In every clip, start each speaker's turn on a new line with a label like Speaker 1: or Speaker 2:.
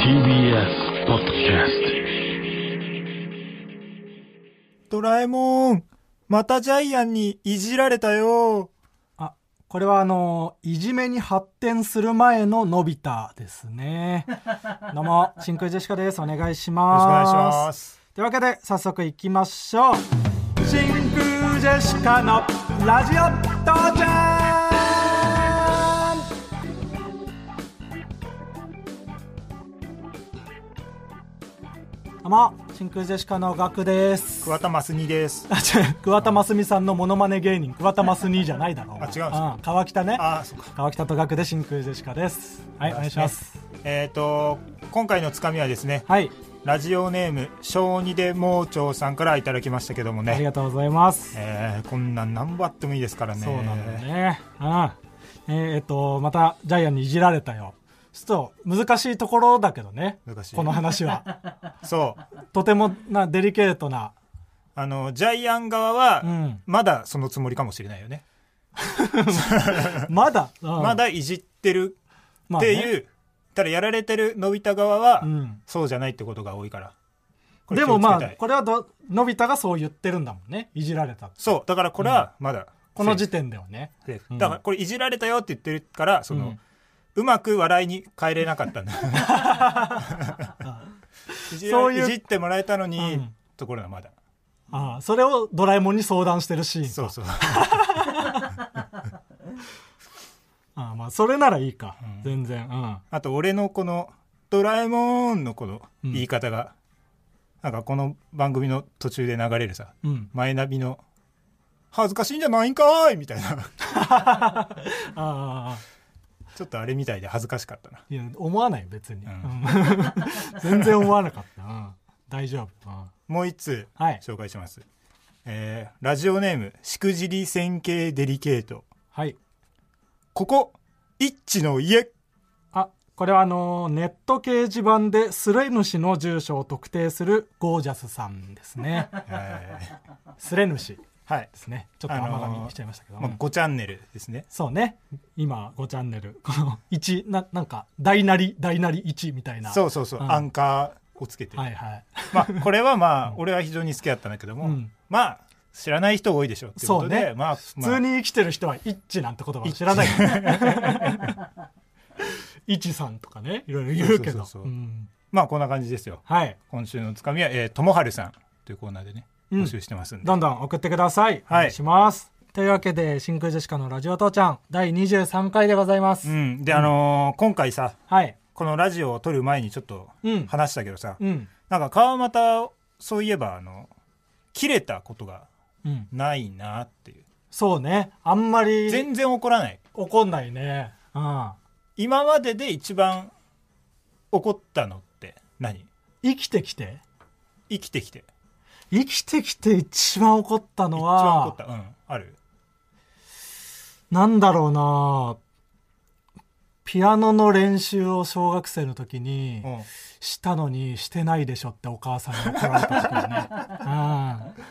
Speaker 1: TBS ポッドキャス
Speaker 2: ドラえもん、またジャイアンにいじられたよ。
Speaker 3: あ、これはあの、いじめに発展する前ののび太です ね。どうも、真空ジェシカです。お願いし
Speaker 2: よろしくお願
Speaker 3: ま
Speaker 2: い
Speaker 3: す。
Speaker 2: します。
Speaker 3: というわけで、早速行きましょう。真空ジェシカのラジオ父ちゃんどうも、真空ジェシカのガクです。
Speaker 2: 桑田真澄です。
Speaker 3: あ、違う、 桑田真澄さんのモノマネ芸人、桑田真澄じゃないだろう。
Speaker 2: あ違うんですか
Speaker 3: か。川北ね。
Speaker 2: あ、そっか。
Speaker 3: 川北と学で真空ジェシカです。はい、お願いします。
Speaker 2: えっ、と、今回のつかみはですね、
Speaker 3: はい、
Speaker 2: ラジオネーム、小児で盲腸さんからいただきましたけども
Speaker 3: あり
Speaker 2: ね。
Speaker 3: がとうございます。
Speaker 2: えーこんなん何本あってもいいですからね。
Speaker 3: そうなんだよね。うん。えーえっと、また、ジャイアンにいじられたよ。ちょっと、難しいところだけどね。
Speaker 2: 難しい
Speaker 3: この話は。
Speaker 2: そう。
Speaker 3: とてもな、デリケー トな。
Speaker 2: あの、ジャイアン側は、
Speaker 3: うん
Speaker 2: まだそのつもりかもしれないよね。
Speaker 3: まだ、うん
Speaker 2: ま、だいじってる
Speaker 3: ま
Speaker 2: っ
Speaker 3: あ
Speaker 2: て
Speaker 3: ね
Speaker 2: いう、ただやられてるのび太側は、
Speaker 3: うん
Speaker 2: そうじゃないってことが多いから。これ
Speaker 3: でもま
Speaker 2: 気を
Speaker 3: あ
Speaker 2: つけ、たい
Speaker 3: これはど、のび太がそう言ってるんだもんね。いじられた。
Speaker 2: そう、だからこれはまだ、
Speaker 3: この時点ではね。
Speaker 2: セーフ
Speaker 3: うん
Speaker 2: だからこれいじられたよって言ってるから、その、う
Speaker 3: うん
Speaker 2: まく笑いに変えれなかったん だ。いじら
Speaker 3: そういう
Speaker 2: いじってもらえたのに、
Speaker 3: うん
Speaker 2: ところがまだ。
Speaker 3: ああ、それをドラえもんに相談してるシーン。
Speaker 2: そうそう。
Speaker 3: ああまあ、それならいいか。全然。うん。
Speaker 2: あと俺のこの、ドラえもんのこの
Speaker 3: うん
Speaker 2: 言い方が、なんかこの番組の途中で流れるさ、
Speaker 3: うん。
Speaker 2: マイナビの、恥ずかしいんじゃないんかーいみたいな。
Speaker 3: ああああ。
Speaker 2: ちょっとあれみたいで恥ずかしかったな。
Speaker 3: いや思わないよ別に、
Speaker 2: うん
Speaker 3: うん 全然思わなかった、うん大丈夫、うん
Speaker 2: もう一通
Speaker 3: はい
Speaker 2: 紹介します、えーラジオネームしくじり線形デリケート
Speaker 3: はい
Speaker 2: ここ一致の家
Speaker 3: あこれはあのーネット掲示板でスレ主の住所を特定するゴージャスさんで すね
Speaker 2: はい
Speaker 3: スレ主で
Speaker 2: はい、
Speaker 3: すねちょっと甘噛みしちゃいましたけど、
Speaker 2: まあ、5チャンネルですね
Speaker 3: そうね今5チャンネルこの1ななんか大なり大なり1みたいな
Speaker 2: そうそうそう、
Speaker 3: ん
Speaker 2: アンカーをつけてる、
Speaker 3: はいはい
Speaker 2: まあこれはまあ俺は非常に好きだったんだけども、
Speaker 3: うん
Speaker 2: まあ知らない人多いでしょってこ
Speaker 3: そう
Speaker 2: とで、
Speaker 3: ね、
Speaker 2: まあ
Speaker 3: 普通に生きてる人は「イッチ」なんて言葉を知らないからねイチさんとかねいろいろ言う
Speaker 2: そうそ
Speaker 3: けど
Speaker 2: うそうそう
Speaker 3: うん
Speaker 2: まあこんな感じですよ
Speaker 3: はい
Speaker 2: 今週のつかみはえーともはるさんというコーナーでね
Speaker 3: うん
Speaker 2: 募集してますんで、
Speaker 3: どんどん送ってくださ
Speaker 2: は
Speaker 3: い、
Speaker 2: い
Speaker 3: お願いしますというわけで真空ジェシカのラジオ父ちゃん第23回でございます、
Speaker 2: うんであのー今回さ
Speaker 3: はい
Speaker 2: このラジオを撮る前にちょっと
Speaker 3: うん
Speaker 2: 話したけどさ、
Speaker 3: うん
Speaker 2: なんか川又そういえばあの切れたことが
Speaker 3: うん
Speaker 2: ないなっていう
Speaker 3: そうねあんまり
Speaker 2: 全然怒らない
Speaker 3: 怒んないねうん
Speaker 2: 今までで一番怒ったのって何
Speaker 3: 生きてきて
Speaker 2: 生きてきて
Speaker 3: 生きてきて一番怒った
Speaker 2: 一
Speaker 3: の
Speaker 2: 番怒
Speaker 3: は
Speaker 2: ったうんある
Speaker 3: なんだろうなピアノの練習を小学生の時に
Speaker 2: うん
Speaker 3: したのにしてないでしょってお母さんに怒られた時ね、うん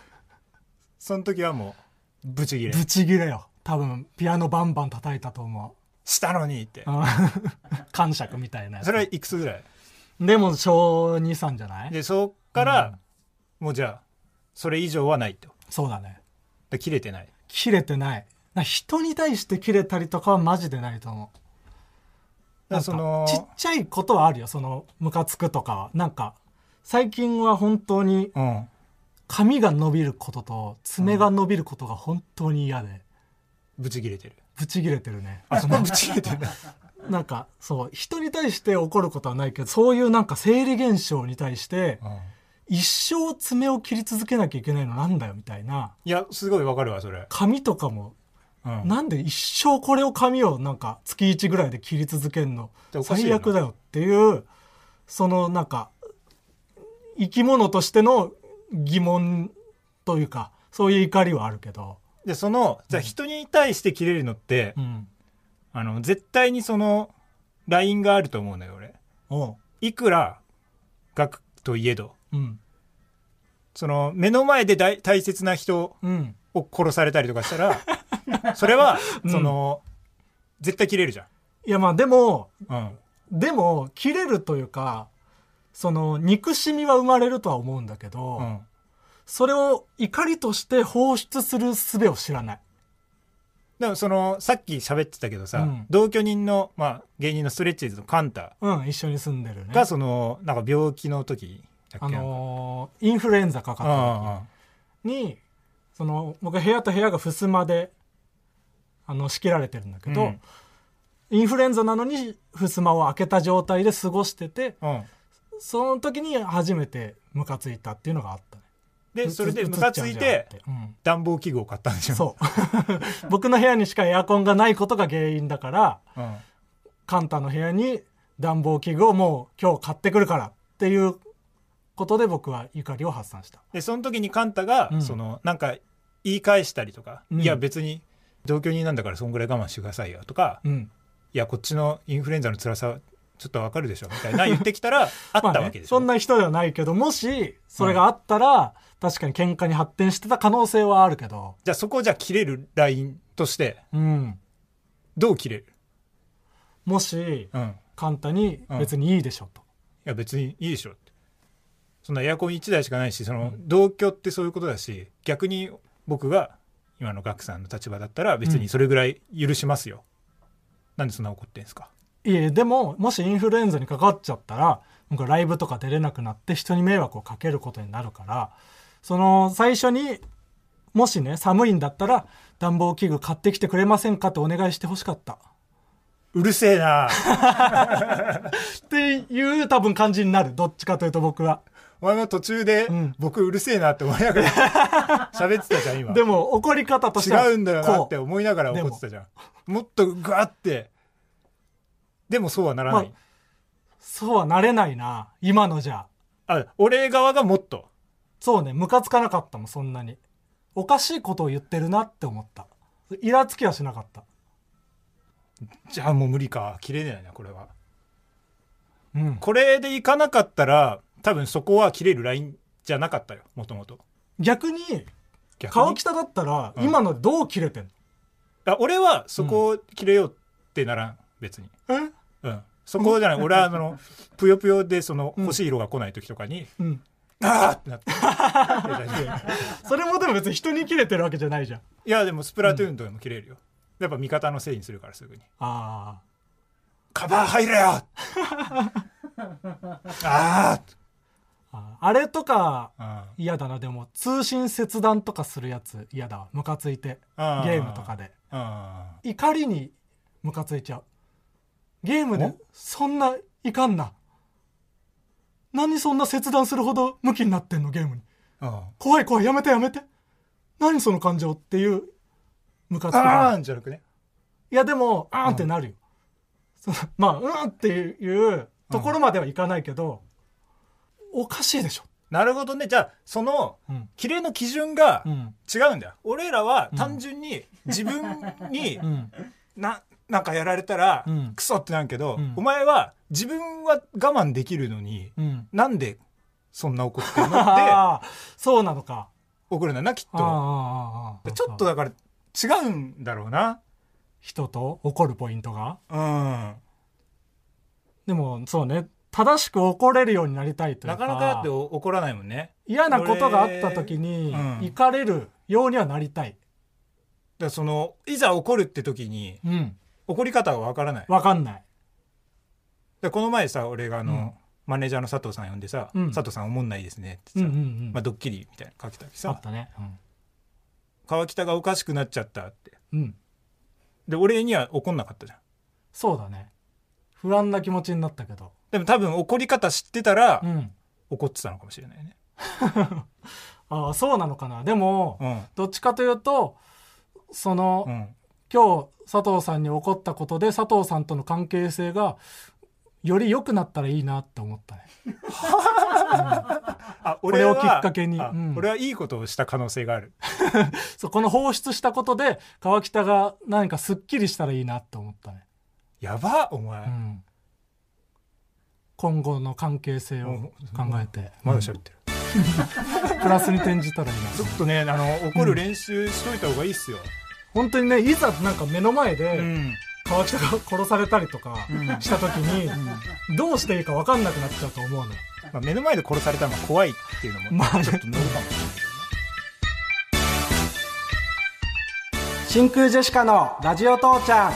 Speaker 2: その時はもうブチギレ
Speaker 3: ブチギレよ多分ピアノバンバン叩いたと思
Speaker 2: したのにって
Speaker 3: ううん 感触みたいなやつ
Speaker 2: それはいくつぐらい
Speaker 3: でも小23じゃない
Speaker 2: でそっから、もうじゃあそれ以上はないと
Speaker 3: そうだね
Speaker 2: で切れてない
Speaker 3: 切れてないな人に対して切れたりとかはマジでないと思う
Speaker 2: だから
Speaker 3: なん
Speaker 2: そ
Speaker 3: か
Speaker 2: の
Speaker 3: ちっちゃいことはあるよそのムカつくとかはなんか最近は本当に
Speaker 2: うん
Speaker 3: 髪が伸びることと爪が伸びることが本当に嫌で
Speaker 2: ブチギレてる
Speaker 3: ブチギレてるね
Speaker 2: あそ のブチギレてる
Speaker 3: なんかそう人に対して怒ることはないけどそういうなんか生理現象に対して
Speaker 2: うん
Speaker 3: 一生爪を切り続けなきゃいけないのなんだよみたいない
Speaker 2: やすごいわかるわそれ
Speaker 3: 髪とかも
Speaker 2: うん
Speaker 3: なんで一生これを髪をなんか月1ぐらいで切り続けるの
Speaker 2: でおかしいよ
Speaker 3: 最
Speaker 2: な
Speaker 3: 悪だよっていうそのなんか生き物としての疑問というかそういう怒りはあるけど、
Speaker 2: でそのじゃあ人に対して切れるのって、
Speaker 3: うん、
Speaker 2: あの絶対にそのラインがあると思うのよ俺
Speaker 3: おう、
Speaker 2: いくら学といえど
Speaker 3: うん
Speaker 2: その目の前で大大切な人
Speaker 3: うん、
Speaker 2: を殺されたりとかしたらそれは
Speaker 3: うん
Speaker 2: その、絶対切れるじゃん
Speaker 3: いやまあでも
Speaker 2: うん
Speaker 3: でも切れるというかその憎しみは生まれるとは思うんだけど、
Speaker 2: うん。
Speaker 3: それを怒りとして放出する術を知らない。
Speaker 2: でもその、さっき喋ってたけどさ、
Speaker 3: うん
Speaker 2: 同居人の、まあ、芸人のストレッチーズのカンタ
Speaker 3: うん、一緒に住んでるね。
Speaker 2: が、その、なんか病気の時だっけ
Speaker 3: あのーインフルエンザかか
Speaker 2: う
Speaker 3: っ
Speaker 2: んうんうん
Speaker 3: た時に、その、僕部屋と部屋が襖で、あの、仕切られてるんだけど、
Speaker 2: うん
Speaker 3: インフルエンザなのに襖を開けた状態で過ごしてて、
Speaker 2: うん。
Speaker 3: その時に初めてムカついたっていうのがあったね。
Speaker 2: で、それで
Speaker 3: う
Speaker 2: ムカついて、、
Speaker 3: うつっちゃうんじゃなくうん
Speaker 2: 暖房器具を買ったんでしょ。
Speaker 3: そう。 僕の部屋にしかエアコンがないことが原因だから、
Speaker 2: う。うん。
Speaker 3: カンタの部屋に暖房器具をもう今日買ってくるからっていうことで僕は怒りを発散した。
Speaker 2: でその時にカンタが、
Speaker 3: うん
Speaker 2: そのなんか言い返したりとか、
Speaker 3: うん
Speaker 2: いや別に同居人なんだからそんぐらい我慢してくださいよとか、
Speaker 3: うん。
Speaker 2: いやこっちのインフルエンザの辛さちょっとわかるでしょみたいな言ってきたらあったわけでしょ、
Speaker 3: まあねそんな人ではないけど、もしそれがあったら、確かに喧嘩に発展してた可能性はあるけど、
Speaker 2: じゃあそこをじゃあ切れるラインとして
Speaker 3: うん。
Speaker 2: どう切れる、
Speaker 3: もし、
Speaker 2: うん、い
Speaker 3: カンタに別にいいでしょと。
Speaker 2: や別にいいでしょってそんなエアコン1台しかないしその同居ってそういうことだし逆に僕が今のガクさんの立場だったら別にそれぐらい許しますよ、なんでそんな怒ってんすか
Speaker 3: いえ、でも、もしインフルエンザにかかっちゃったら、僕はライブとか出れなくなって人に迷惑をかけることになるから、その、最初に、もしね、寒いんだったら、暖房器具買ってきてくれませんかってお願いしてほしかった。
Speaker 2: うるせえな
Speaker 3: っていう多分感じになる。どっちかというと僕は。
Speaker 2: お前も途中で、
Speaker 3: うん
Speaker 2: 僕うるせえなって思いながら 喋ってたじゃん今
Speaker 3: でも、怒り方としては
Speaker 2: 違うんだよなって
Speaker 3: こ
Speaker 2: 思いながら怒ってたじゃんもっとグワってでもそうはならない、
Speaker 3: うそうはなれないな。今のじゃあ。
Speaker 2: あ俺側がもっと
Speaker 3: そうね、ムカつかなかったもん、そんなに。おかしいことを言ってるなって思った。イラつきはしなかった。
Speaker 2: じゃあもう無理か切れないなこれは
Speaker 3: うん。
Speaker 2: これでいかなかったら多分そこは切れるラインじゃなかったよもともと
Speaker 3: 逆に、
Speaker 2: 逆に
Speaker 3: 川北だったら、
Speaker 2: うん
Speaker 3: 今のどう切れてん
Speaker 2: あ俺はそこを切れようってならん別に
Speaker 3: の、え
Speaker 2: うんそこじゃない俺はあのぷよぷよでその欲しい色が来ない時とかに、
Speaker 3: うん。
Speaker 2: あーってなって 出たりして
Speaker 3: それもでも別に人に切れてるわけじゃないじゃん。
Speaker 2: いやでもスプラトゥーンとかも切れるよ、やっぱ味方のせいにするからすぐに
Speaker 3: ああ。
Speaker 2: 「カバー入れよ! あー」あ
Speaker 3: ああれとか、
Speaker 2: あ
Speaker 3: 嫌だな。でも、通信切断とかするやつ嫌だわ。ムカついて。ゲ
Speaker 2: あー
Speaker 3: ームとかで。
Speaker 2: あ
Speaker 3: 怒りにムカついちゃう。ゲームで、そんな、いかんな。何そんな切断するほど向きになってんの、ゲームに。
Speaker 2: あ
Speaker 3: 怖い怖い、やめてやめて。何その感情っていう、ムカつきが
Speaker 2: あーんじゃなくね
Speaker 3: いやでも、あーんってなるよ。そのまあ、うーんっていうところまではいかないけど、おかしいでしょ。
Speaker 2: なるほどねじゃあその
Speaker 3: うん。
Speaker 2: 切れの基準が
Speaker 3: うん。
Speaker 2: 違うんだよ、俺らは単純に自分に
Speaker 3: うん。
Speaker 2: ななんかやられたら
Speaker 3: うん
Speaker 2: クソってなるけど、
Speaker 3: うん
Speaker 2: お前は自分は我慢できるのに
Speaker 3: うん。
Speaker 2: なんでそんな怒ってんの って
Speaker 3: ああ、そうなのか。
Speaker 2: 怒るんだなきっ
Speaker 3: あーあ
Speaker 2: と
Speaker 3: ー、あーあー
Speaker 2: ちょっと。だから違うんだろうな
Speaker 3: 人と怒るポイントが。
Speaker 2: うん
Speaker 3: でも、そうね。正しく怒れるようになりたいという
Speaker 2: な
Speaker 3: か。
Speaker 2: かなかだってお怒らないもんね
Speaker 3: 嫌なことがあった時に、
Speaker 2: うん
Speaker 3: 怒れるようにはなりたい。
Speaker 2: だからそのいざ怒るって時に
Speaker 3: うん。
Speaker 2: 怒り方がわからない
Speaker 3: わかんない。
Speaker 2: でこの前さ俺があの、
Speaker 3: うん
Speaker 2: マネージャーの佐藤さん呼んでさ「
Speaker 3: うん
Speaker 2: 佐藤さんおもんないですね」ってさ、
Speaker 3: うんうんうん。
Speaker 2: まあ、ドッキリみたいなのかけた時
Speaker 3: あ
Speaker 2: さ
Speaker 3: ったね。
Speaker 2: 「川北がおかしくなっちゃった」って
Speaker 3: うん。うん。
Speaker 2: で俺には怒んなかったじゃん
Speaker 3: そうだね。不安な気持ちになったけど。
Speaker 2: でも多分怒り方知ってたら
Speaker 3: うん。
Speaker 2: 怒ってたのかもしれないね
Speaker 3: ああ、そうなのかな。でも、
Speaker 2: うん
Speaker 3: どっちかというと、その、
Speaker 2: うん
Speaker 3: 今日佐藤さんに怒ったことで佐藤さんとの関係性がより良くなったらいいなって思ったね。
Speaker 2: あ
Speaker 3: れを
Speaker 2: は
Speaker 3: きっかけに
Speaker 2: あ
Speaker 3: うん
Speaker 2: 俺はいいことをした可能性がある
Speaker 3: そうこの放出したことで川北が何かすっきりしたらいいなって思ったね。
Speaker 2: やばお前、
Speaker 3: うん。今後の関係性を考えて、
Speaker 2: まだ喋ってる、
Speaker 3: プラスに転じたらいいなと
Speaker 2: ちょっとねあの怒る練習しといた方がいいっすよ、
Speaker 3: 本当にねいざなんか目の前で、
Speaker 2: うん
Speaker 3: カ川北が殺されたりとかした時に、どうしていいか分かんなくなっちゃうと思うのよ
Speaker 2: まあ、目の前で殺されたのが怖いっていうのも、
Speaker 3: まあね
Speaker 2: ちょっと乗るかもしれない
Speaker 3: 真空ジェシカのラジオ父ちゃん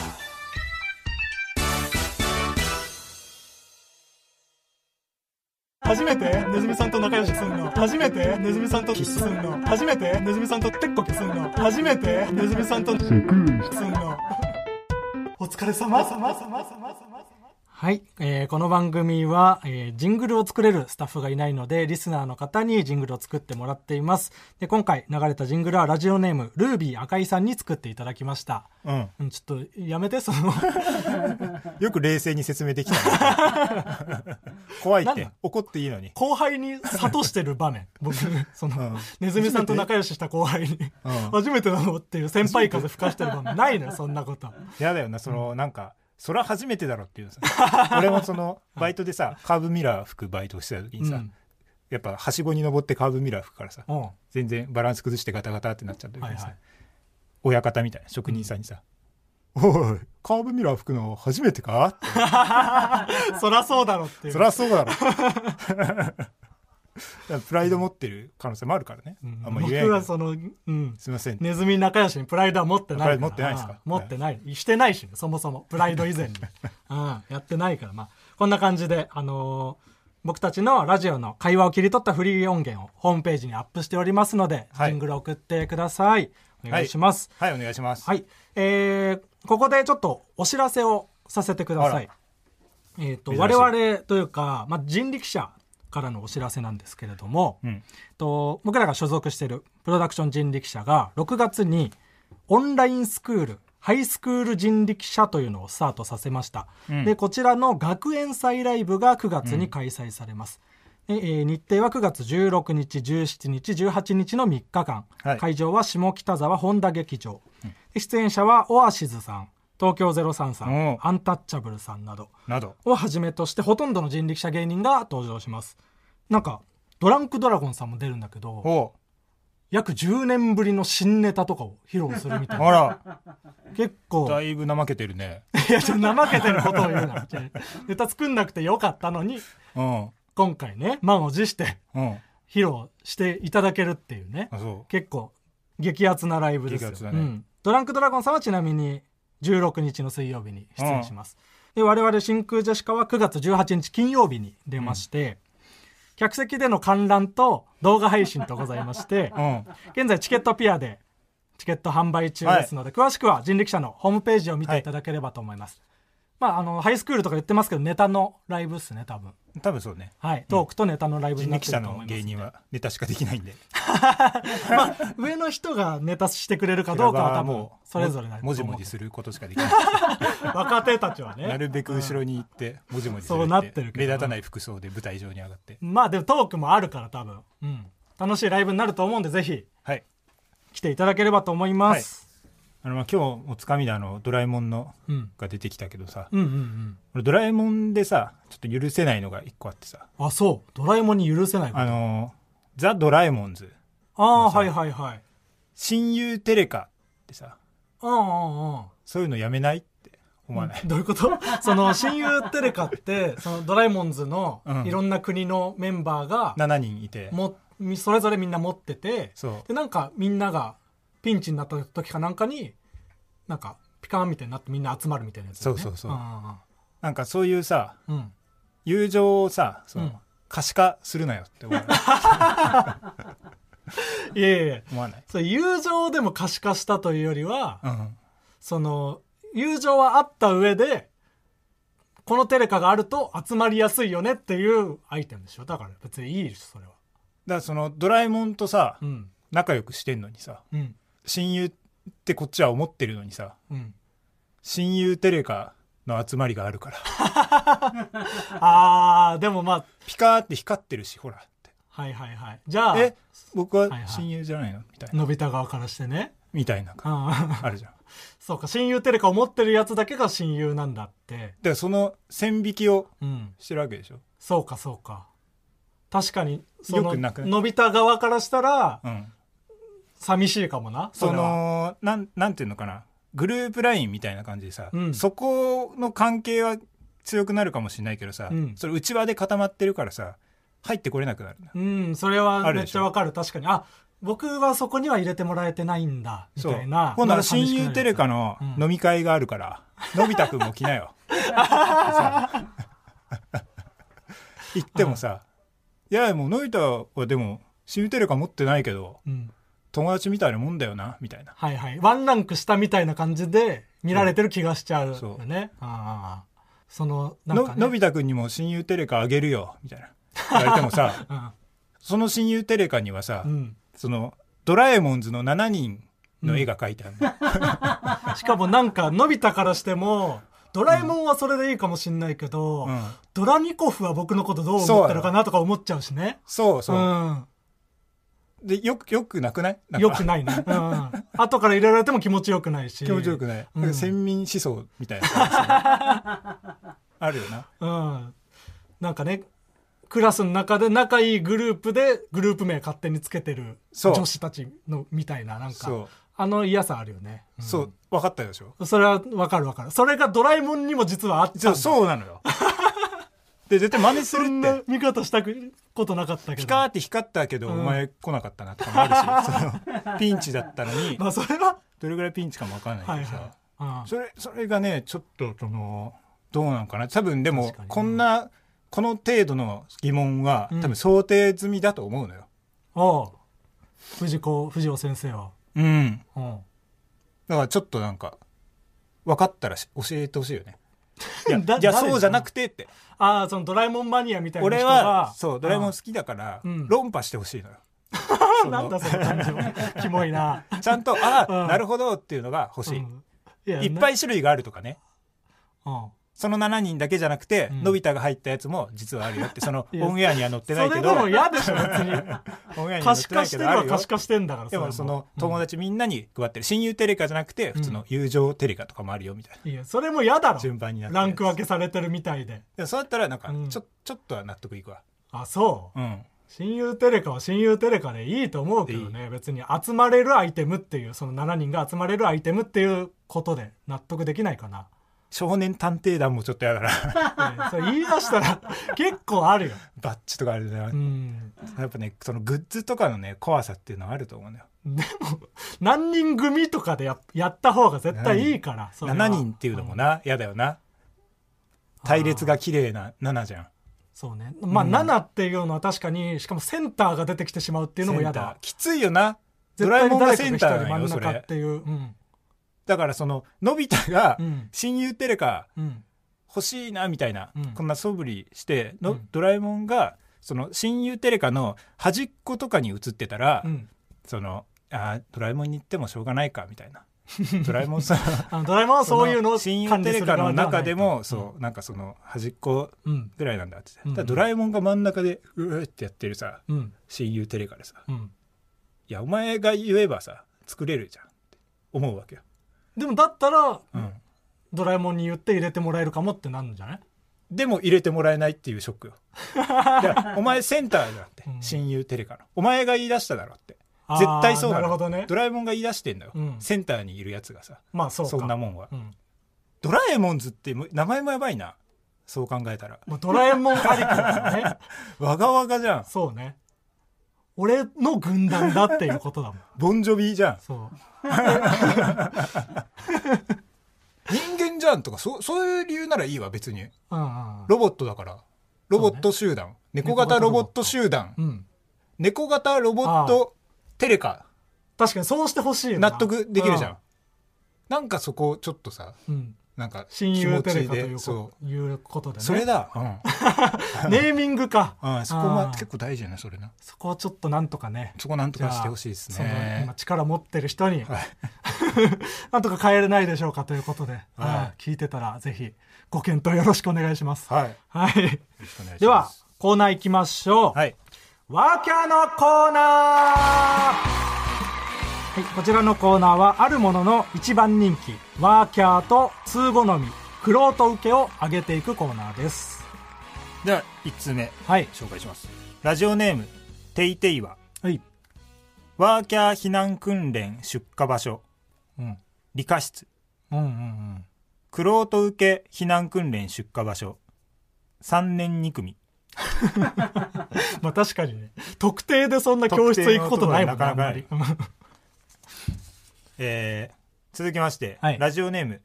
Speaker 3: 初めてネズミさんと仲良しすんの初めてネズミさんとキスすんの初めてネズミさんとテッコキすんの初めてネズミさんとすんのお疲れ様はい、えーこの番組は、えージングルを作れるスタッフがいないのでリスナーの方にジングルを作ってもらっていますで今回流れたジングルはラジオネームルービー赤井さんに作っていただきましたうんちょっとやめてそ
Speaker 2: う
Speaker 3: の
Speaker 2: ん、よく冷静に説明できたな 怖いっ
Speaker 3: なん
Speaker 2: て
Speaker 3: だ
Speaker 2: 怒っていいのに、
Speaker 3: 後輩に諭してる場面僕その、
Speaker 2: うん
Speaker 3: ネズミさんと仲良しした後輩に、
Speaker 2: うん
Speaker 3: 初めてなのっていう先輩風吹かしてる場面ないのよそんなこと
Speaker 2: やだよなその、なんかそれは初めてだろっていうさ 俺もそのバイトでさカーブミラー吹くバイトをしてた時にさ、
Speaker 3: うん
Speaker 2: やっぱはしごに登ってカーブミラー吹くからさ
Speaker 3: うんは
Speaker 2: 全然バランス崩してガタガタってなっちゃった
Speaker 3: い
Speaker 2: 時に
Speaker 3: は
Speaker 2: さ、
Speaker 3: い
Speaker 2: 親方みたいな職人さんにさ「おいカーブミラー吹くの初めてか?」って
Speaker 3: そらそうだろっていう
Speaker 2: そりゃそう だろだからプライド持ってる可能性もあるからね、
Speaker 3: うん
Speaker 2: あんま言えない
Speaker 3: 僕
Speaker 2: けど
Speaker 3: はそのうん
Speaker 2: すいません、
Speaker 3: ネズミ仲良しにプライドは持ってない
Speaker 2: プ
Speaker 3: から
Speaker 2: ライド持ってないですか
Speaker 3: 持ってない、してないしねそもそもプライド以 前に、うん、やってないからまあこんな感じであのー僕たちのラジオの会話を切り取ったフリー音源をホームページにアップしておりますので、
Speaker 2: はい
Speaker 3: ジングル送ってくださいお願いします、
Speaker 2: はいお願いします、
Speaker 3: はい、えーここでちょっとお知らせをさせてください
Speaker 2: あ。
Speaker 3: えっ、と
Speaker 2: 珍しい
Speaker 3: 我々というか、まあ、人力車からのお知らせなんですけれども、
Speaker 2: うん
Speaker 3: と僕らが所属しているプロダクション人力車が6月にオンラインスクールハイスクール人力車というのをスタートさせました、
Speaker 2: うん
Speaker 3: でこちらの学園祭ライブが9月に開催されます、でえー日程は9月16日17日18日の3日間、
Speaker 2: はい
Speaker 3: 会場は下北沢本田劇場、で出演者はオアシズさん東京03さん
Speaker 2: おう
Speaker 3: アンタッチャブルさんなど
Speaker 2: など
Speaker 3: をはじめとしてほとんどの人力車芸人が登場しますなんかドランクドラゴンさんも出るんだけど
Speaker 2: おう
Speaker 3: 約10年ぶりの新ネタとかを披露するみたいな
Speaker 2: あら
Speaker 3: 結構
Speaker 2: だいぶ怠けてるね
Speaker 3: いやちょっと怠けてることを言うなじゃあネタ作んなくてよかったのに
Speaker 2: うん
Speaker 3: 今回ね満を持して
Speaker 2: うん
Speaker 3: 披露していただけるっていうね
Speaker 2: あそ
Speaker 3: 結構激アツなライブですよ、
Speaker 2: 激アツだね
Speaker 3: うんドランクドラゴンさんはちなみに16日の水曜日に出演します、で我々真空ジェシカは9月18日金曜日に出まして、客席での観覧と動画配信とございま して
Speaker 2: ううん
Speaker 3: 現在チケットピアでチケット販売中ですので、詳しくは人力車のホームページを見ていただければと思います、まああのハイスクールとか言ってますけどネタのライブっすね多分
Speaker 2: 多分そうね
Speaker 3: はいトークとネタのライブに
Speaker 2: 人
Speaker 3: なって
Speaker 2: 力車
Speaker 3: ると思
Speaker 2: の
Speaker 3: います
Speaker 2: 芸人はネタしかできないんで
Speaker 3: まあ、 上の人がネタしてくれるかどうかは多分
Speaker 2: もう
Speaker 3: それぞれだと思
Speaker 2: も
Speaker 3: うけ
Speaker 2: じ
Speaker 3: ど
Speaker 2: もじすることしか できない
Speaker 3: 若手たちはね
Speaker 2: なるべく後ろに行ってもじもじする
Speaker 3: そうなってるけど
Speaker 2: 目立たない服装で舞台上に上がって
Speaker 3: まあでもトークもあるから多分、うん、楽しいライブになると思うんでぜひ
Speaker 2: はい
Speaker 3: 来ていただければと思います、
Speaker 2: あのまあ今日おつかみであのドラえもんの
Speaker 3: うん、
Speaker 2: が出てきたけどさ
Speaker 3: うんうんうん
Speaker 2: 俺ドラえもんでさちょっと許せないのが一個あってさ
Speaker 3: あそうドラえもんに許せないこと
Speaker 2: あ
Speaker 3: あ
Speaker 2: のザ・ドラえもんズ
Speaker 3: あーはいはいはい
Speaker 2: 親友テレカってさ
Speaker 3: うんうんうん
Speaker 2: そういうのやめないって思わない、
Speaker 3: どういうこと その親友テレカってそのドラえもんズの
Speaker 2: うん
Speaker 3: いろんな国のメンバーが
Speaker 2: 7人いて
Speaker 3: も、みそれぞれみんな持ってて
Speaker 2: そ
Speaker 3: でなんかみんながピンチになった時かなんかになんかピカーンみたいになってみんな集まるみたいなやつだよ、ね、
Speaker 2: そうそうそう
Speaker 3: あ
Speaker 2: うなんかそういうさ
Speaker 3: あうん
Speaker 2: 友情をさその、
Speaker 3: うん
Speaker 2: 可視化するなよって思わ ない
Speaker 3: いやいやいや
Speaker 2: 思わない、
Speaker 3: それ友情でも可視化したというよりは、
Speaker 2: うん、
Speaker 3: その友情はあった上でこのテレカがあると集まりやすいよねっていうアイテムでしょだから別にいいですそれは
Speaker 2: だからそのドラえもんとさ
Speaker 3: うん
Speaker 2: 仲良くしてんのにさ
Speaker 3: うん
Speaker 2: 親友ってこっちは思ってるのにさ
Speaker 3: うん
Speaker 2: 親友テレカの集まりがあるから
Speaker 3: あーでもまあ
Speaker 2: ピカーって光ってるしほらって
Speaker 3: はいはいはいじゃあ
Speaker 2: え僕
Speaker 3: いは
Speaker 2: はい親友じゃないのみたいな
Speaker 3: のび太側からしてね
Speaker 2: みたいな
Speaker 3: う
Speaker 2: 感
Speaker 3: ん
Speaker 2: じあるじゃん
Speaker 3: そうか親友テレカを持ってるやつだけが親友なんだって
Speaker 2: だからその線引きを
Speaker 3: うん
Speaker 2: してるわけでしょ
Speaker 3: そうかそうか確かにそ
Speaker 2: よ
Speaker 3: の
Speaker 2: くなくない
Speaker 3: のび太側からしたら
Speaker 2: うん
Speaker 3: 寂しいかもなそ
Speaker 2: そ
Speaker 3: れは
Speaker 2: のなんなんていうのかなグループ LINE みたいな感じでさ、
Speaker 3: うん
Speaker 2: そこの関係は強くなるかもしれないけどさ、
Speaker 3: うん
Speaker 2: それ内輪で固まってるからさ入ってこれなくなるな
Speaker 3: うん、それは
Speaker 2: ある
Speaker 3: めっ
Speaker 2: でし
Speaker 3: ち
Speaker 2: ょ
Speaker 3: ゃわかる。確かに。あ、僕はそこには入れてもらえてないんだ、み
Speaker 2: そう
Speaker 3: たいな。
Speaker 2: 今度
Speaker 3: な
Speaker 2: は
Speaker 3: んか寂
Speaker 2: 親
Speaker 3: しくなる
Speaker 2: 友テレカの
Speaker 3: うん
Speaker 2: 飲み会があるから、のび太くんも来な よさ行ってもさ「いやもうのび太はでも親友テレカ持ってないけど
Speaker 3: うん。
Speaker 2: 友達みたいなもんだよな」みたいな
Speaker 3: はいはい。ワンランク下みたいな感じで見られてる気がしちゃうよね。
Speaker 2: そうそう
Speaker 3: ああその、なん
Speaker 2: の
Speaker 3: か、ね。
Speaker 2: のび太くんにも親友テレカあげるよ」みたいな言われてもさその親友テレカにはさ、
Speaker 3: うん。
Speaker 2: そのドラえもんズの7人の絵が描いてあるの、
Speaker 3: うん。しかもなんか、のび太からしても、ドラえもんはそれでいいかもしんないけど、
Speaker 2: うん
Speaker 3: ドラニコフは僕のことどう思ってるかなとか思っちゃうしね。
Speaker 2: そうそうう、
Speaker 3: ん。
Speaker 2: でよくよくなくないなんか
Speaker 3: よくないね。うん。後から入れられても気持ちよくないし。
Speaker 2: 気持ちよくない、
Speaker 3: うん
Speaker 2: なんか先民思想みたいな さあるよな
Speaker 3: うん。なんかね、クラスの中で仲いいグループでグループ名勝手につけてる
Speaker 2: そう
Speaker 3: 女子たちのみたいな、なん
Speaker 2: そ
Speaker 3: か
Speaker 2: う、
Speaker 3: あの嫌さあるよね。うん
Speaker 2: そう分かったでしょ
Speaker 3: それはわかるわかる。それがドラえもんにも実はあったん
Speaker 2: じゃ
Speaker 3: だ
Speaker 2: あそうなのよで絶対真似す
Speaker 3: そ
Speaker 2: る
Speaker 3: ん
Speaker 2: っ
Speaker 3: な
Speaker 2: て
Speaker 3: 見方したくことなかったけど。
Speaker 2: ピカーって光ったけど、
Speaker 3: ん
Speaker 2: お前来なかったなとかもあるしそのピンチだったのに
Speaker 3: まあそれは、
Speaker 2: どれぐらいピンチかも分かんないけ
Speaker 3: はい
Speaker 2: どさ、
Speaker 3: はい。
Speaker 2: それそれがねちょっとそのどうなんかな多分でも
Speaker 3: 確かに
Speaker 2: こんなこの程度の疑問は、
Speaker 3: うん
Speaker 2: 多分想定済みだと思うのよ
Speaker 3: うん。おう藤子、藤尾先生は。
Speaker 2: うん
Speaker 3: うん。
Speaker 2: だからちょっとなんか分かったらし教えてほしいよねいや
Speaker 3: だ
Speaker 2: いや
Speaker 3: 誰
Speaker 2: そうじゃなくてって
Speaker 3: ああ、そのドラえもんマニアみたいな人
Speaker 2: 俺
Speaker 3: が。
Speaker 2: はそうドラえもん
Speaker 3: あ
Speaker 2: 好きだから
Speaker 3: うん
Speaker 2: 論破してほしいの よ
Speaker 3: あなんだその感情。キモいな。
Speaker 2: ちゃんとあ
Speaker 3: うん
Speaker 2: あなるほどっていうのが欲しい、
Speaker 3: や
Speaker 2: いっぱ
Speaker 3: い。
Speaker 2: い種類があるとかね
Speaker 3: うん
Speaker 2: その7人だけじゃなくて、
Speaker 3: うん
Speaker 2: のび太が入ったやつも実はあるよってその
Speaker 3: いや
Speaker 2: オンエアには載ってないけど
Speaker 3: それでも嫌でしょ別 に
Speaker 2: オンエアには載っ
Speaker 3: 可視
Speaker 2: てな
Speaker 3: 化
Speaker 2: い
Speaker 3: し
Speaker 2: け
Speaker 3: てる
Speaker 2: どあ
Speaker 3: は
Speaker 2: るよ
Speaker 3: 可視化してんだから
Speaker 2: でもその友達
Speaker 3: 達
Speaker 2: みんなに配ってる親友テレカじゃなくて普通の友情テレカとかもあるよみたいない
Speaker 3: やそれも嫌だろ
Speaker 2: 順番になってる
Speaker 3: ランク分けされてるみたいで
Speaker 2: でもそうやったらなんか
Speaker 3: うん
Speaker 2: ちょ,、ちょっとは納得いくわ
Speaker 3: あそう
Speaker 2: うん
Speaker 3: 親友テレカは親友テレカでいいと思うけどね別に集まれるアイテムっていうその7人が集まれるアイテムっていうことで納得できないかな
Speaker 2: 少年探偵団もちょっとやだな
Speaker 3: ええそれ言い出したら 結構あるよ
Speaker 2: バッチとかあるじゃな
Speaker 3: うん
Speaker 2: やっぱねそのグッズとかのね怖さっていうのはあると思うのよ
Speaker 3: でも何人組とかでややった方が絶対いいからそれは
Speaker 2: 7人っていうのもな嫌だよな隊列が綺麗な7じゃん
Speaker 3: そうね。まあ、
Speaker 2: うん
Speaker 3: 7っていうのは確かに、しかもセンターが出てきてしまうっていうのも嫌だ。
Speaker 2: きついよなド
Speaker 3: 絶
Speaker 2: ラえ
Speaker 3: 対
Speaker 2: もん
Speaker 3: に
Speaker 2: が
Speaker 3: 誰か
Speaker 2: セ
Speaker 3: が
Speaker 2: ン
Speaker 3: 一
Speaker 2: ター
Speaker 3: 人
Speaker 2: な
Speaker 3: 真
Speaker 2: の
Speaker 3: ん
Speaker 2: よそ
Speaker 3: 中っ
Speaker 2: れ
Speaker 3: ていう。うん。
Speaker 2: だからそののび太が
Speaker 3: うん。
Speaker 2: 親友テレカ
Speaker 3: うん。
Speaker 2: 欲しいなみたいな、
Speaker 3: うん
Speaker 2: こんな素振りしての、
Speaker 3: うん
Speaker 2: ドラえもんがその親友テレカの端っことかに映ってたら、
Speaker 3: うん。
Speaker 2: そのあードラえもんに行ってもしょうがないかみたいな ドラえもんさん
Speaker 3: あのドラえもんは そういうのを
Speaker 2: 親
Speaker 3: 管
Speaker 2: 友テ
Speaker 3: 理す
Speaker 2: レ
Speaker 3: る
Speaker 2: カ
Speaker 3: 側
Speaker 2: の
Speaker 3: はない
Speaker 2: 中でも、そうなんかその端っこ
Speaker 3: うん。うん。
Speaker 2: ぐらいなんだって言って、
Speaker 3: うん
Speaker 2: だからドラえもんが真ん中でうーってやってるさ
Speaker 3: うん。
Speaker 2: 親友テレカでさ
Speaker 3: うん。
Speaker 2: いやお前が言えばさ作れるじゃんって思うわけよ、
Speaker 3: でも、だったら、
Speaker 2: うん
Speaker 3: ドラえもんに言って入れてもらえるかもってなるんじゃない
Speaker 2: でも入れてもらえないっていうショックよ いやお前センターだって、
Speaker 3: うん
Speaker 2: 親友テレカのお前が言い出しただろって絶対そう
Speaker 3: あ
Speaker 2: だ
Speaker 3: ーなる
Speaker 2: ろ
Speaker 3: ほどね
Speaker 2: ド。ラえもんが言い出してんだよ、
Speaker 3: うん
Speaker 2: センターにいるやつがさ
Speaker 3: まあ、そうか。
Speaker 2: そんなもんは
Speaker 3: うん。
Speaker 2: ドラえもんズってむ名前もやばいなそう考えたら
Speaker 3: もうドラえもんありきだよね。
Speaker 2: わがわがじゃん
Speaker 3: そうね。俺の軍団だっていうことだもん。
Speaker 2: ボンジョビじゃん
Speaker 3: そう。
Speaker 2: 人間じゃんとかそそういう理由ならいいわ別に
Speaker 3: うんうん
Speaker 2: ロボットだからロボット集団、猫型ロボット集団
Speaker 3: うん。うん。
Speaker 2: 猫型ロボットテレカ
Speaker 3: 確かにそうしてほしいよな
Speaker 2: 納得できるじゃん、なんかそこをちょっとさ
Speaker 3: うん、うん
Speaker 2: なんか気
Speaker 3: 親友
Speaker 2: 持
Speaker 3: テレ
Speaker 2: ち
Speaker 3: カとい
Speaker 2: で
Speaker 3: うこ
Speaker 2: そ
Speaker 3: ということで
Speaker 2: う
Speaker 3: ね
Speaker 2: それだ、うん
Speaker 3: ネーミングか
Speaker 2: うんそこは
Speaker 3: あー
Speaker 2: 結構大事よねそれな
Speaker 3: そこはちょっとなんとかね
Speaker 2: そこなんとかしてほしいです
Speaker 3: じゃあその
Speaker 2: ね
Speaker 3: 今力持ってる人に、
Speaker 2: はい
Speaker 3: なんとか変えれないでしょうかということで、はい聞いてたらぜひご検討よろしくお願いします、
Speaker 2: はいよ
Speaker 3: はい、
Speaker 2: ろしくお願いします
Speaker 3: ではコーナー行きましょう、
Speaker 2: はい
Speaker 3: ワーキャーのコーナーはい、こちらのコーナーはあるものの一番人気ワーキャーと通好みクロート受けを上げていくコーナーです
Speaker 2: では1通目
Speaker 3: はい
Speaker 2: 紹介しますラジオネームていていは
Speaker 3: はい、
Speaker 2: ワーキャー避難訓練出火場所
Speaker 3: うん、
Speaker 2: 理科室
Speaker 3: うんうん
Speaker 2: くろうと受け避難訓練出火場所3年2組
Speaker 3: うんまあ確かにね特定でそんな教室行くことないもんねあんまり
Speaker 2: 特えー続きまして、
Speaker 3: はい
Speaker 2: ラジオネーム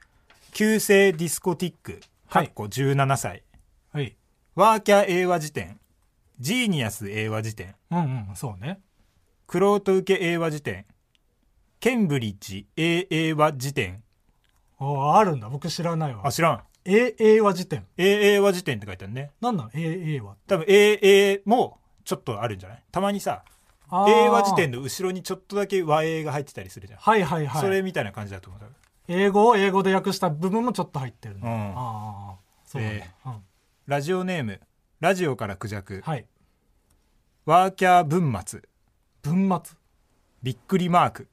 Speaker 2: 旧姓ディスコティックかっこ17歳、
Speaker 3: はい
Speaker 2: ワーキャー英和辞典ジーニアス英和辞典
Speaker 3: うんうんそうね
Speaker 2: クロート受け英和辞典ケンブリッジ英英和辞典
Speaker 3: ああるんだ僕知らないわ
Speaker 2: あ知らん
Speaker 3: AA は辞典
Speaker 2: 英英和辞典って書いてあるね
Speaker 3: なんなの AA は
Speaker 2: 多分英英もちょっとあるんじゃないたまにさ
Speaker 3: あー
Speaker 2: 英和辞典の後ろにちょっとだけ和英が入ってたりするじゃん、
Speaker 3: はいはいはい
Speaker 2: それみたいな感じだと思う多分
Speaker 3: 英語を英語で訳した部分もちょっと入ってるね、
Speaker 2: うん
Speaker 3: ああそうなんだ、
Speaker 2: えラジオネームラジオからクジャク
Speaker 3: うん、はい
Speaker 2: ワーキャー文末
Speaker 3: 文末
Speaker 2: びっくりマーク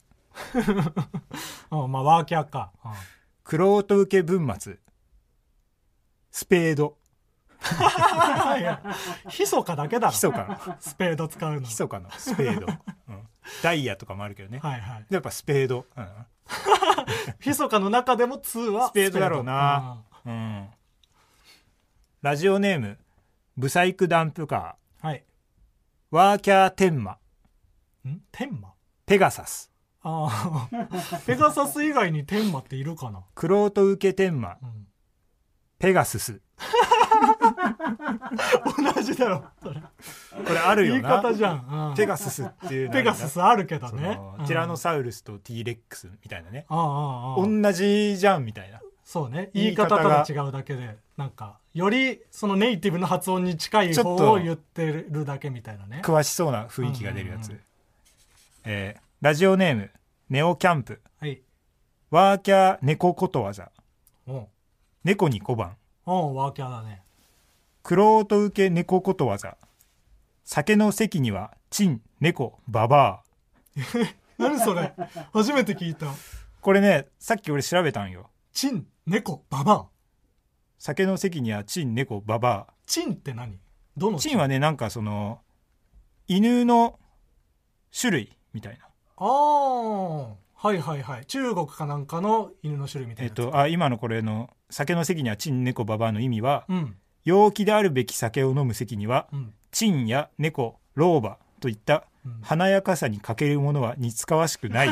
Speaker 3: うんまあワーキャーか、うん
Speaker 2: クロート受け文末スペード
Speaker 3: いやひそかだけだろ
Speaker 2: ひそか
Speaker 3: スペード使うの
Speaker 2: ひそかのスペ ード、うんダイヤとかもあるけどね、
Speaker 3: はいはい
Speaker 2: でやっぱスペード、うん
Speaker 3: ひそかの中でも2は
Speaker 2: スペードだろうなうんラジオネームブサイクダンプカ
Speaker 3: スペードうんはい
Speaker 2: ーワーキャー天馬
Speaker 3: ん天馬
Speaker 2: ペガサス
Speaker 3: ああ ペガサス以外に天馬っているかな、
Speaker 2: クロート受け天馬
Speaker 3: うん、
Speaker 2: ペガスス
Speaker 3: 同じだろそれ
Speaker 2: これある
Speaker 3: 言
Speaker 2: よ
Speaker 3: い
Speaker 2: な
Speaker 3: 方じゃん、うん、
Speaker 2: ペガススっていうのある
Speaker 3: ペ
Speaker 2: よな
Speaker 3: ガサスあるけど
Speaker 2: そ
Speaker 3: ね
Speaker 2: の
Speaker 3: うん
Speaker 2: ティラノサウルスと T レックスみたいなね、
Speaker 3: ああああああ
Speaker 2: 同じじゃんみたいな
Speaker 3: そうね
Speaker 2: 言
Speaker 3: 言
Speaker 2: い
Speaker 3: い
Speaker 2: 方
Speaker 3: 方
Speaker 2: が
Speaker 3: が違うだけでなんかよりそのネイティブの発音に近い
Speaker 2: ちょ
Speaker 3: 方
Speaker 2: っと
Speaker 3: を言ってるだけみたいなね
Speaker 2: 詳しそうな雰囲気が出るやつ、
Speaker 3: うんうんうん
Speaker 2: えーラジオネームネオキャンプ
Speaker 3: はい
Speaker 2: ワーキャー猫ことわざ
Speaker 3: おう
Speaker 2: 猫に小判
Speaker 3: おうワーキャーだね
Speaker 2: クロート受け猫ことわざ酒の席にはチン猫ババア
Speaker 3: 何 それ初めて聞いた
Speaker 2: これねさっき俺調べたんよ
Speaker 3: チン猫ババア
Speaker 2: 酒の席にはチン猫ババ
Speaker 3: チンって何ど
Speaker 2: ア
Speaker 3: の
Speaker 2: チンはねなんかその犬の種類みたいな
Speaker 3: ああはいはいはい中国かなんかの犬の種類みたい
Speaker 2: え
Speaker 3: な
Speaker 2: っ
Speaker 3: やつ
Speaker 2: とあ今のこれの酒の席にはチン猫ババアの意味は
Speaker 3: うん
Speaker 2: 陽気であるべき酒を飲む席には
Speaker 3: うん
Speaker 2: チンや猫老婆といった
Speaker 3: うん
Speaker 2: 華やかさに欠けるものは似つかわしくない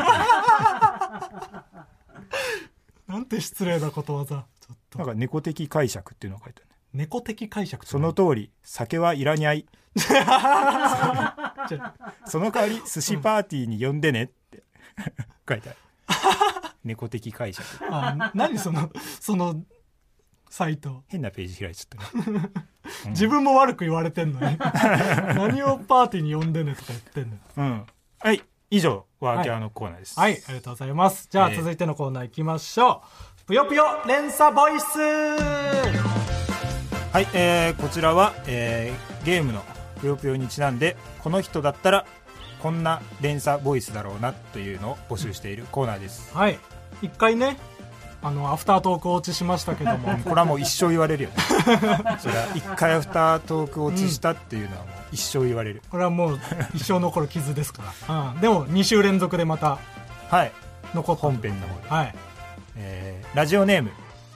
Speaker 3: なんて失礼なことわざちょっ
Speaker 2: なん
Speaker 3: と
Speaker 2: か猫的解釈っていうのが書いてあるね
Speaker 3: 猫的解釈
Speaker 2: その通り酒はいらにゃい
Speaker 3: じゃ
Speaker 2: その代わり寿司パーティーに呼んでねって 書いてあ る猫的解釈
Speaker 3: あ何そのそのサイト
Speaker 2: 変なページ開いちゃったね
Speaker 3: 自分も悪く言われてんの に何をパーティーに呼んでんねとか言ってんのよ
Speaker 2: うんはい以上ワーキャーのコーナーです
Speaker 3: はいありがとうございますじゃあ
Speaker 2: ええ
Speaker 3: 続いてのコーナーいきましょう「ぷよぷよ連鎖ボイス」
Speaker 2: はい、えーこちらは、えーゲームのぷよぷよにちなんでこの人だったらこんな連鎖ボイスだろうなというのを募集しているコーナーです、
Speaker 3: はい一回ねあのアフタートーク落ちしましたけど も
Speaker 2: うんこれはもう一生言われるよ ねそれは一回アフタートーク落ちしたっていうのはもう一生言われる、
Speaker 3: これはもう一生残る傷ですから、うん、でも2週連続でまた
Speaker 2: はい
Speaker 3: 残った
Speaker 2: 本編の方で、
Speaker 3: はい
Speaker 2: えーラジオネーム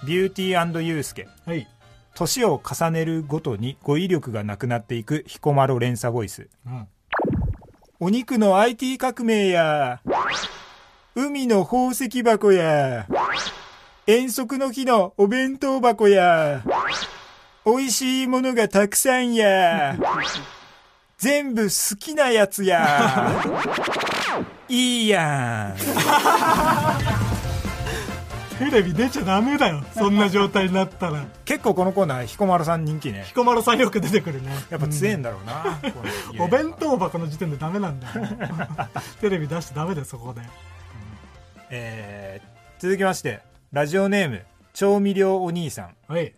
Speaker 2: ビューティーユースケ
Speaker 3: はい
Speaker 2: 年を重ねるごとに語彙力がなくなっていく彦摩呂連鎖ボイス
Speaker 3: うん
Speaker 2: お肉の IT 革命や、海の宝石箱や、遠足の日のお弁当箱や、美味しいものがたくさんや、全部好きなやつや、いいや
Speaker 3: テレビ出ちゃダメだよそんな状態になったら
Speaker 2: ん。結構このコーナー、彦摩呂さん人気ね。
Speaker 3: 彦摩呂さんよく出てくるね
Speaker 2: やっぱ強えんだろう な。これ
Speaker 3: お弁当箱の時点でダメな んだよテレビ出してダメだよそこで
Speaker 2: えー続きまして、ラジオネーム、調味料お兄さん、
Speaker 3: おい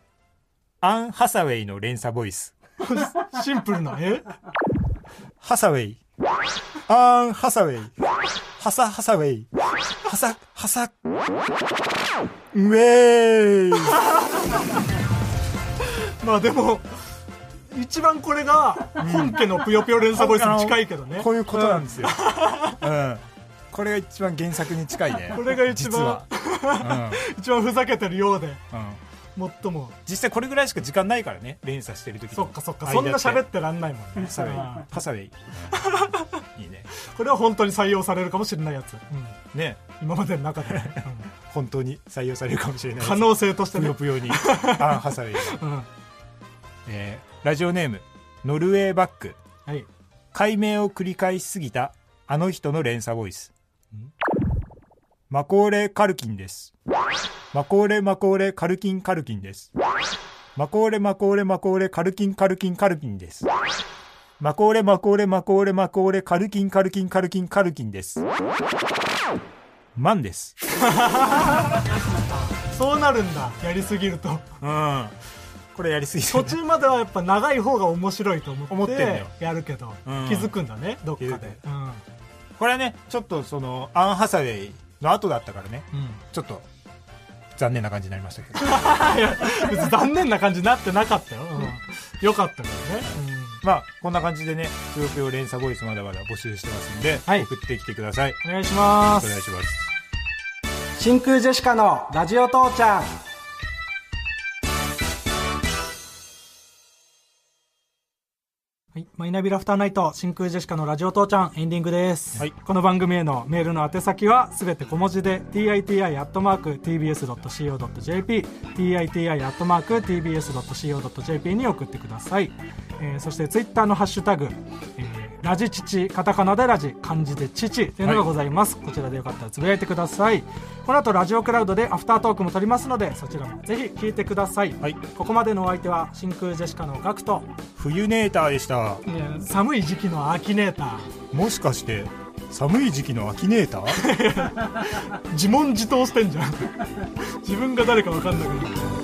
Speaker 2: アン・ハサウェイの連鎖ボイス。
Speaker 3: シンプルなえ
Speaker 2: ハサウェイ。アーン・ハサウェイ。ハサ・ハサウェイ。ハサ、ハサ、ウェイ。
Speaker 3: まあでも一番これが本家のぷよぷよ連鎖ボイスに近いけどね
Speaker 2: こういうことなんですよ。うん。これが一番原作に近いね
Speaker 3: これが一番
Speaker 2: 実は、
Speaker 3: 一番ふざけてるようで
Speaker 2: うんうん
Speaker 3: 最も
Speaker 2: 実際これぐらいしか時間ないからね連鎖してる時
Speaker 3: そっかそっか
Speaker 2: 間
Speaker 3: そ
Speaker 2: っ
Speaker 3: ん
Speaker 2: て
Speaker 3: な喋ってらんないもんね
Speaker 2: パサウェ
Speaker 3: う
Speaker 2: イ
Speaker 3: ん
Speaker 2: パサウェイ、うんいいね
Speaker 3: これは本当に採用されるかもしれないやつ、うん
Speaker 2: ね
Speaker 3: 今までの中で、うん
Speaker 2: 本当に採用されるかもしれない
Speaker 3: 可能性として
Speaker 2: プヨ
Speaker 3: ね、
Speaker 2: プヨにアン・ハサウェイが、
Speaker 3: うん、は
Speaker 2: えーラジオネームノルウェーバック
Speaker 3: い
Speaker 2: 解明を繰り返しすぎたあの人の連鎖ボイス
Speaker 3: ん
Speaker 2: マコーレ・カルキンですマコーレ・マコーレ・カルキン・カルキンですマコーレ・マコーレ・マコーレ・カルキン・カルキン・カルキンですマコーレ・マコーレ・マコーレ・マコーレ・カルキン・カルキン・カルキン・カルキンですマンです
Speaker 3: そうなるんだやりすぎると
Speaker 2: うんこれやりすぎ
Speaker 3: 途中まではやっぱ長い方が面白いと思って
Speaker 2: 思ってんのよ
Speaker 3: やるけど、
Speaker 2: うん
Speaker 3: 気づくんだねどっか
Speaker 2: 気
Speaker 3: でう
Speaker 2: づ
Speaker 3: ん
Speaker 2: く、これはねちょっとそのアン・ハサウェイの後だったからね
Speaker 3: うん
Speaker 2: ちょっと残念な感じになりましたけど
Speaker 3: 別に残念な感じになってなかったよ、うんよかったけどね、
Speaker 2: まあこんな感じでね「ぷよぷよ連鎖ボイス」まだまだ募集してますんで、
Speaker 3: はい
Speaker 2: 送ってきてください
Speaker 3: うんお願いしま
Speaker 2: お願いします
Speaker 3: 真空ジェシカのラジオ父ちゃんはい、マイナビラフターナイト真空ジェシカのラジオ父ちゃんエンディングです、
Speaker 2: はい
Speaker 3: この番組へのメールの宛先はすべて小文字で titi.tbs.co.jp titi.tbs.co.jp に送ってください、えーそしてツイッターのハッシュタグ、えーラジ父カタカナでラジ漢字で父というのがございます、こちらでよかったらつぶやいてくださいこの後ラジオクラウドでアフタートークも撮りますのでそちらもぜひ聞いてください、
Speaker 2: はい
Speaker 3: ここまでのお相手は真空ジェシカのガクト
Speaker 2: 冬ネーターでした
Speaker 3: いや寒い時期のアキネータ
Speaker 2: もしかして寒い時期の秋ネーター
Speaker 3: ー自問自答してんじゃん自分が誰か分かんなくなって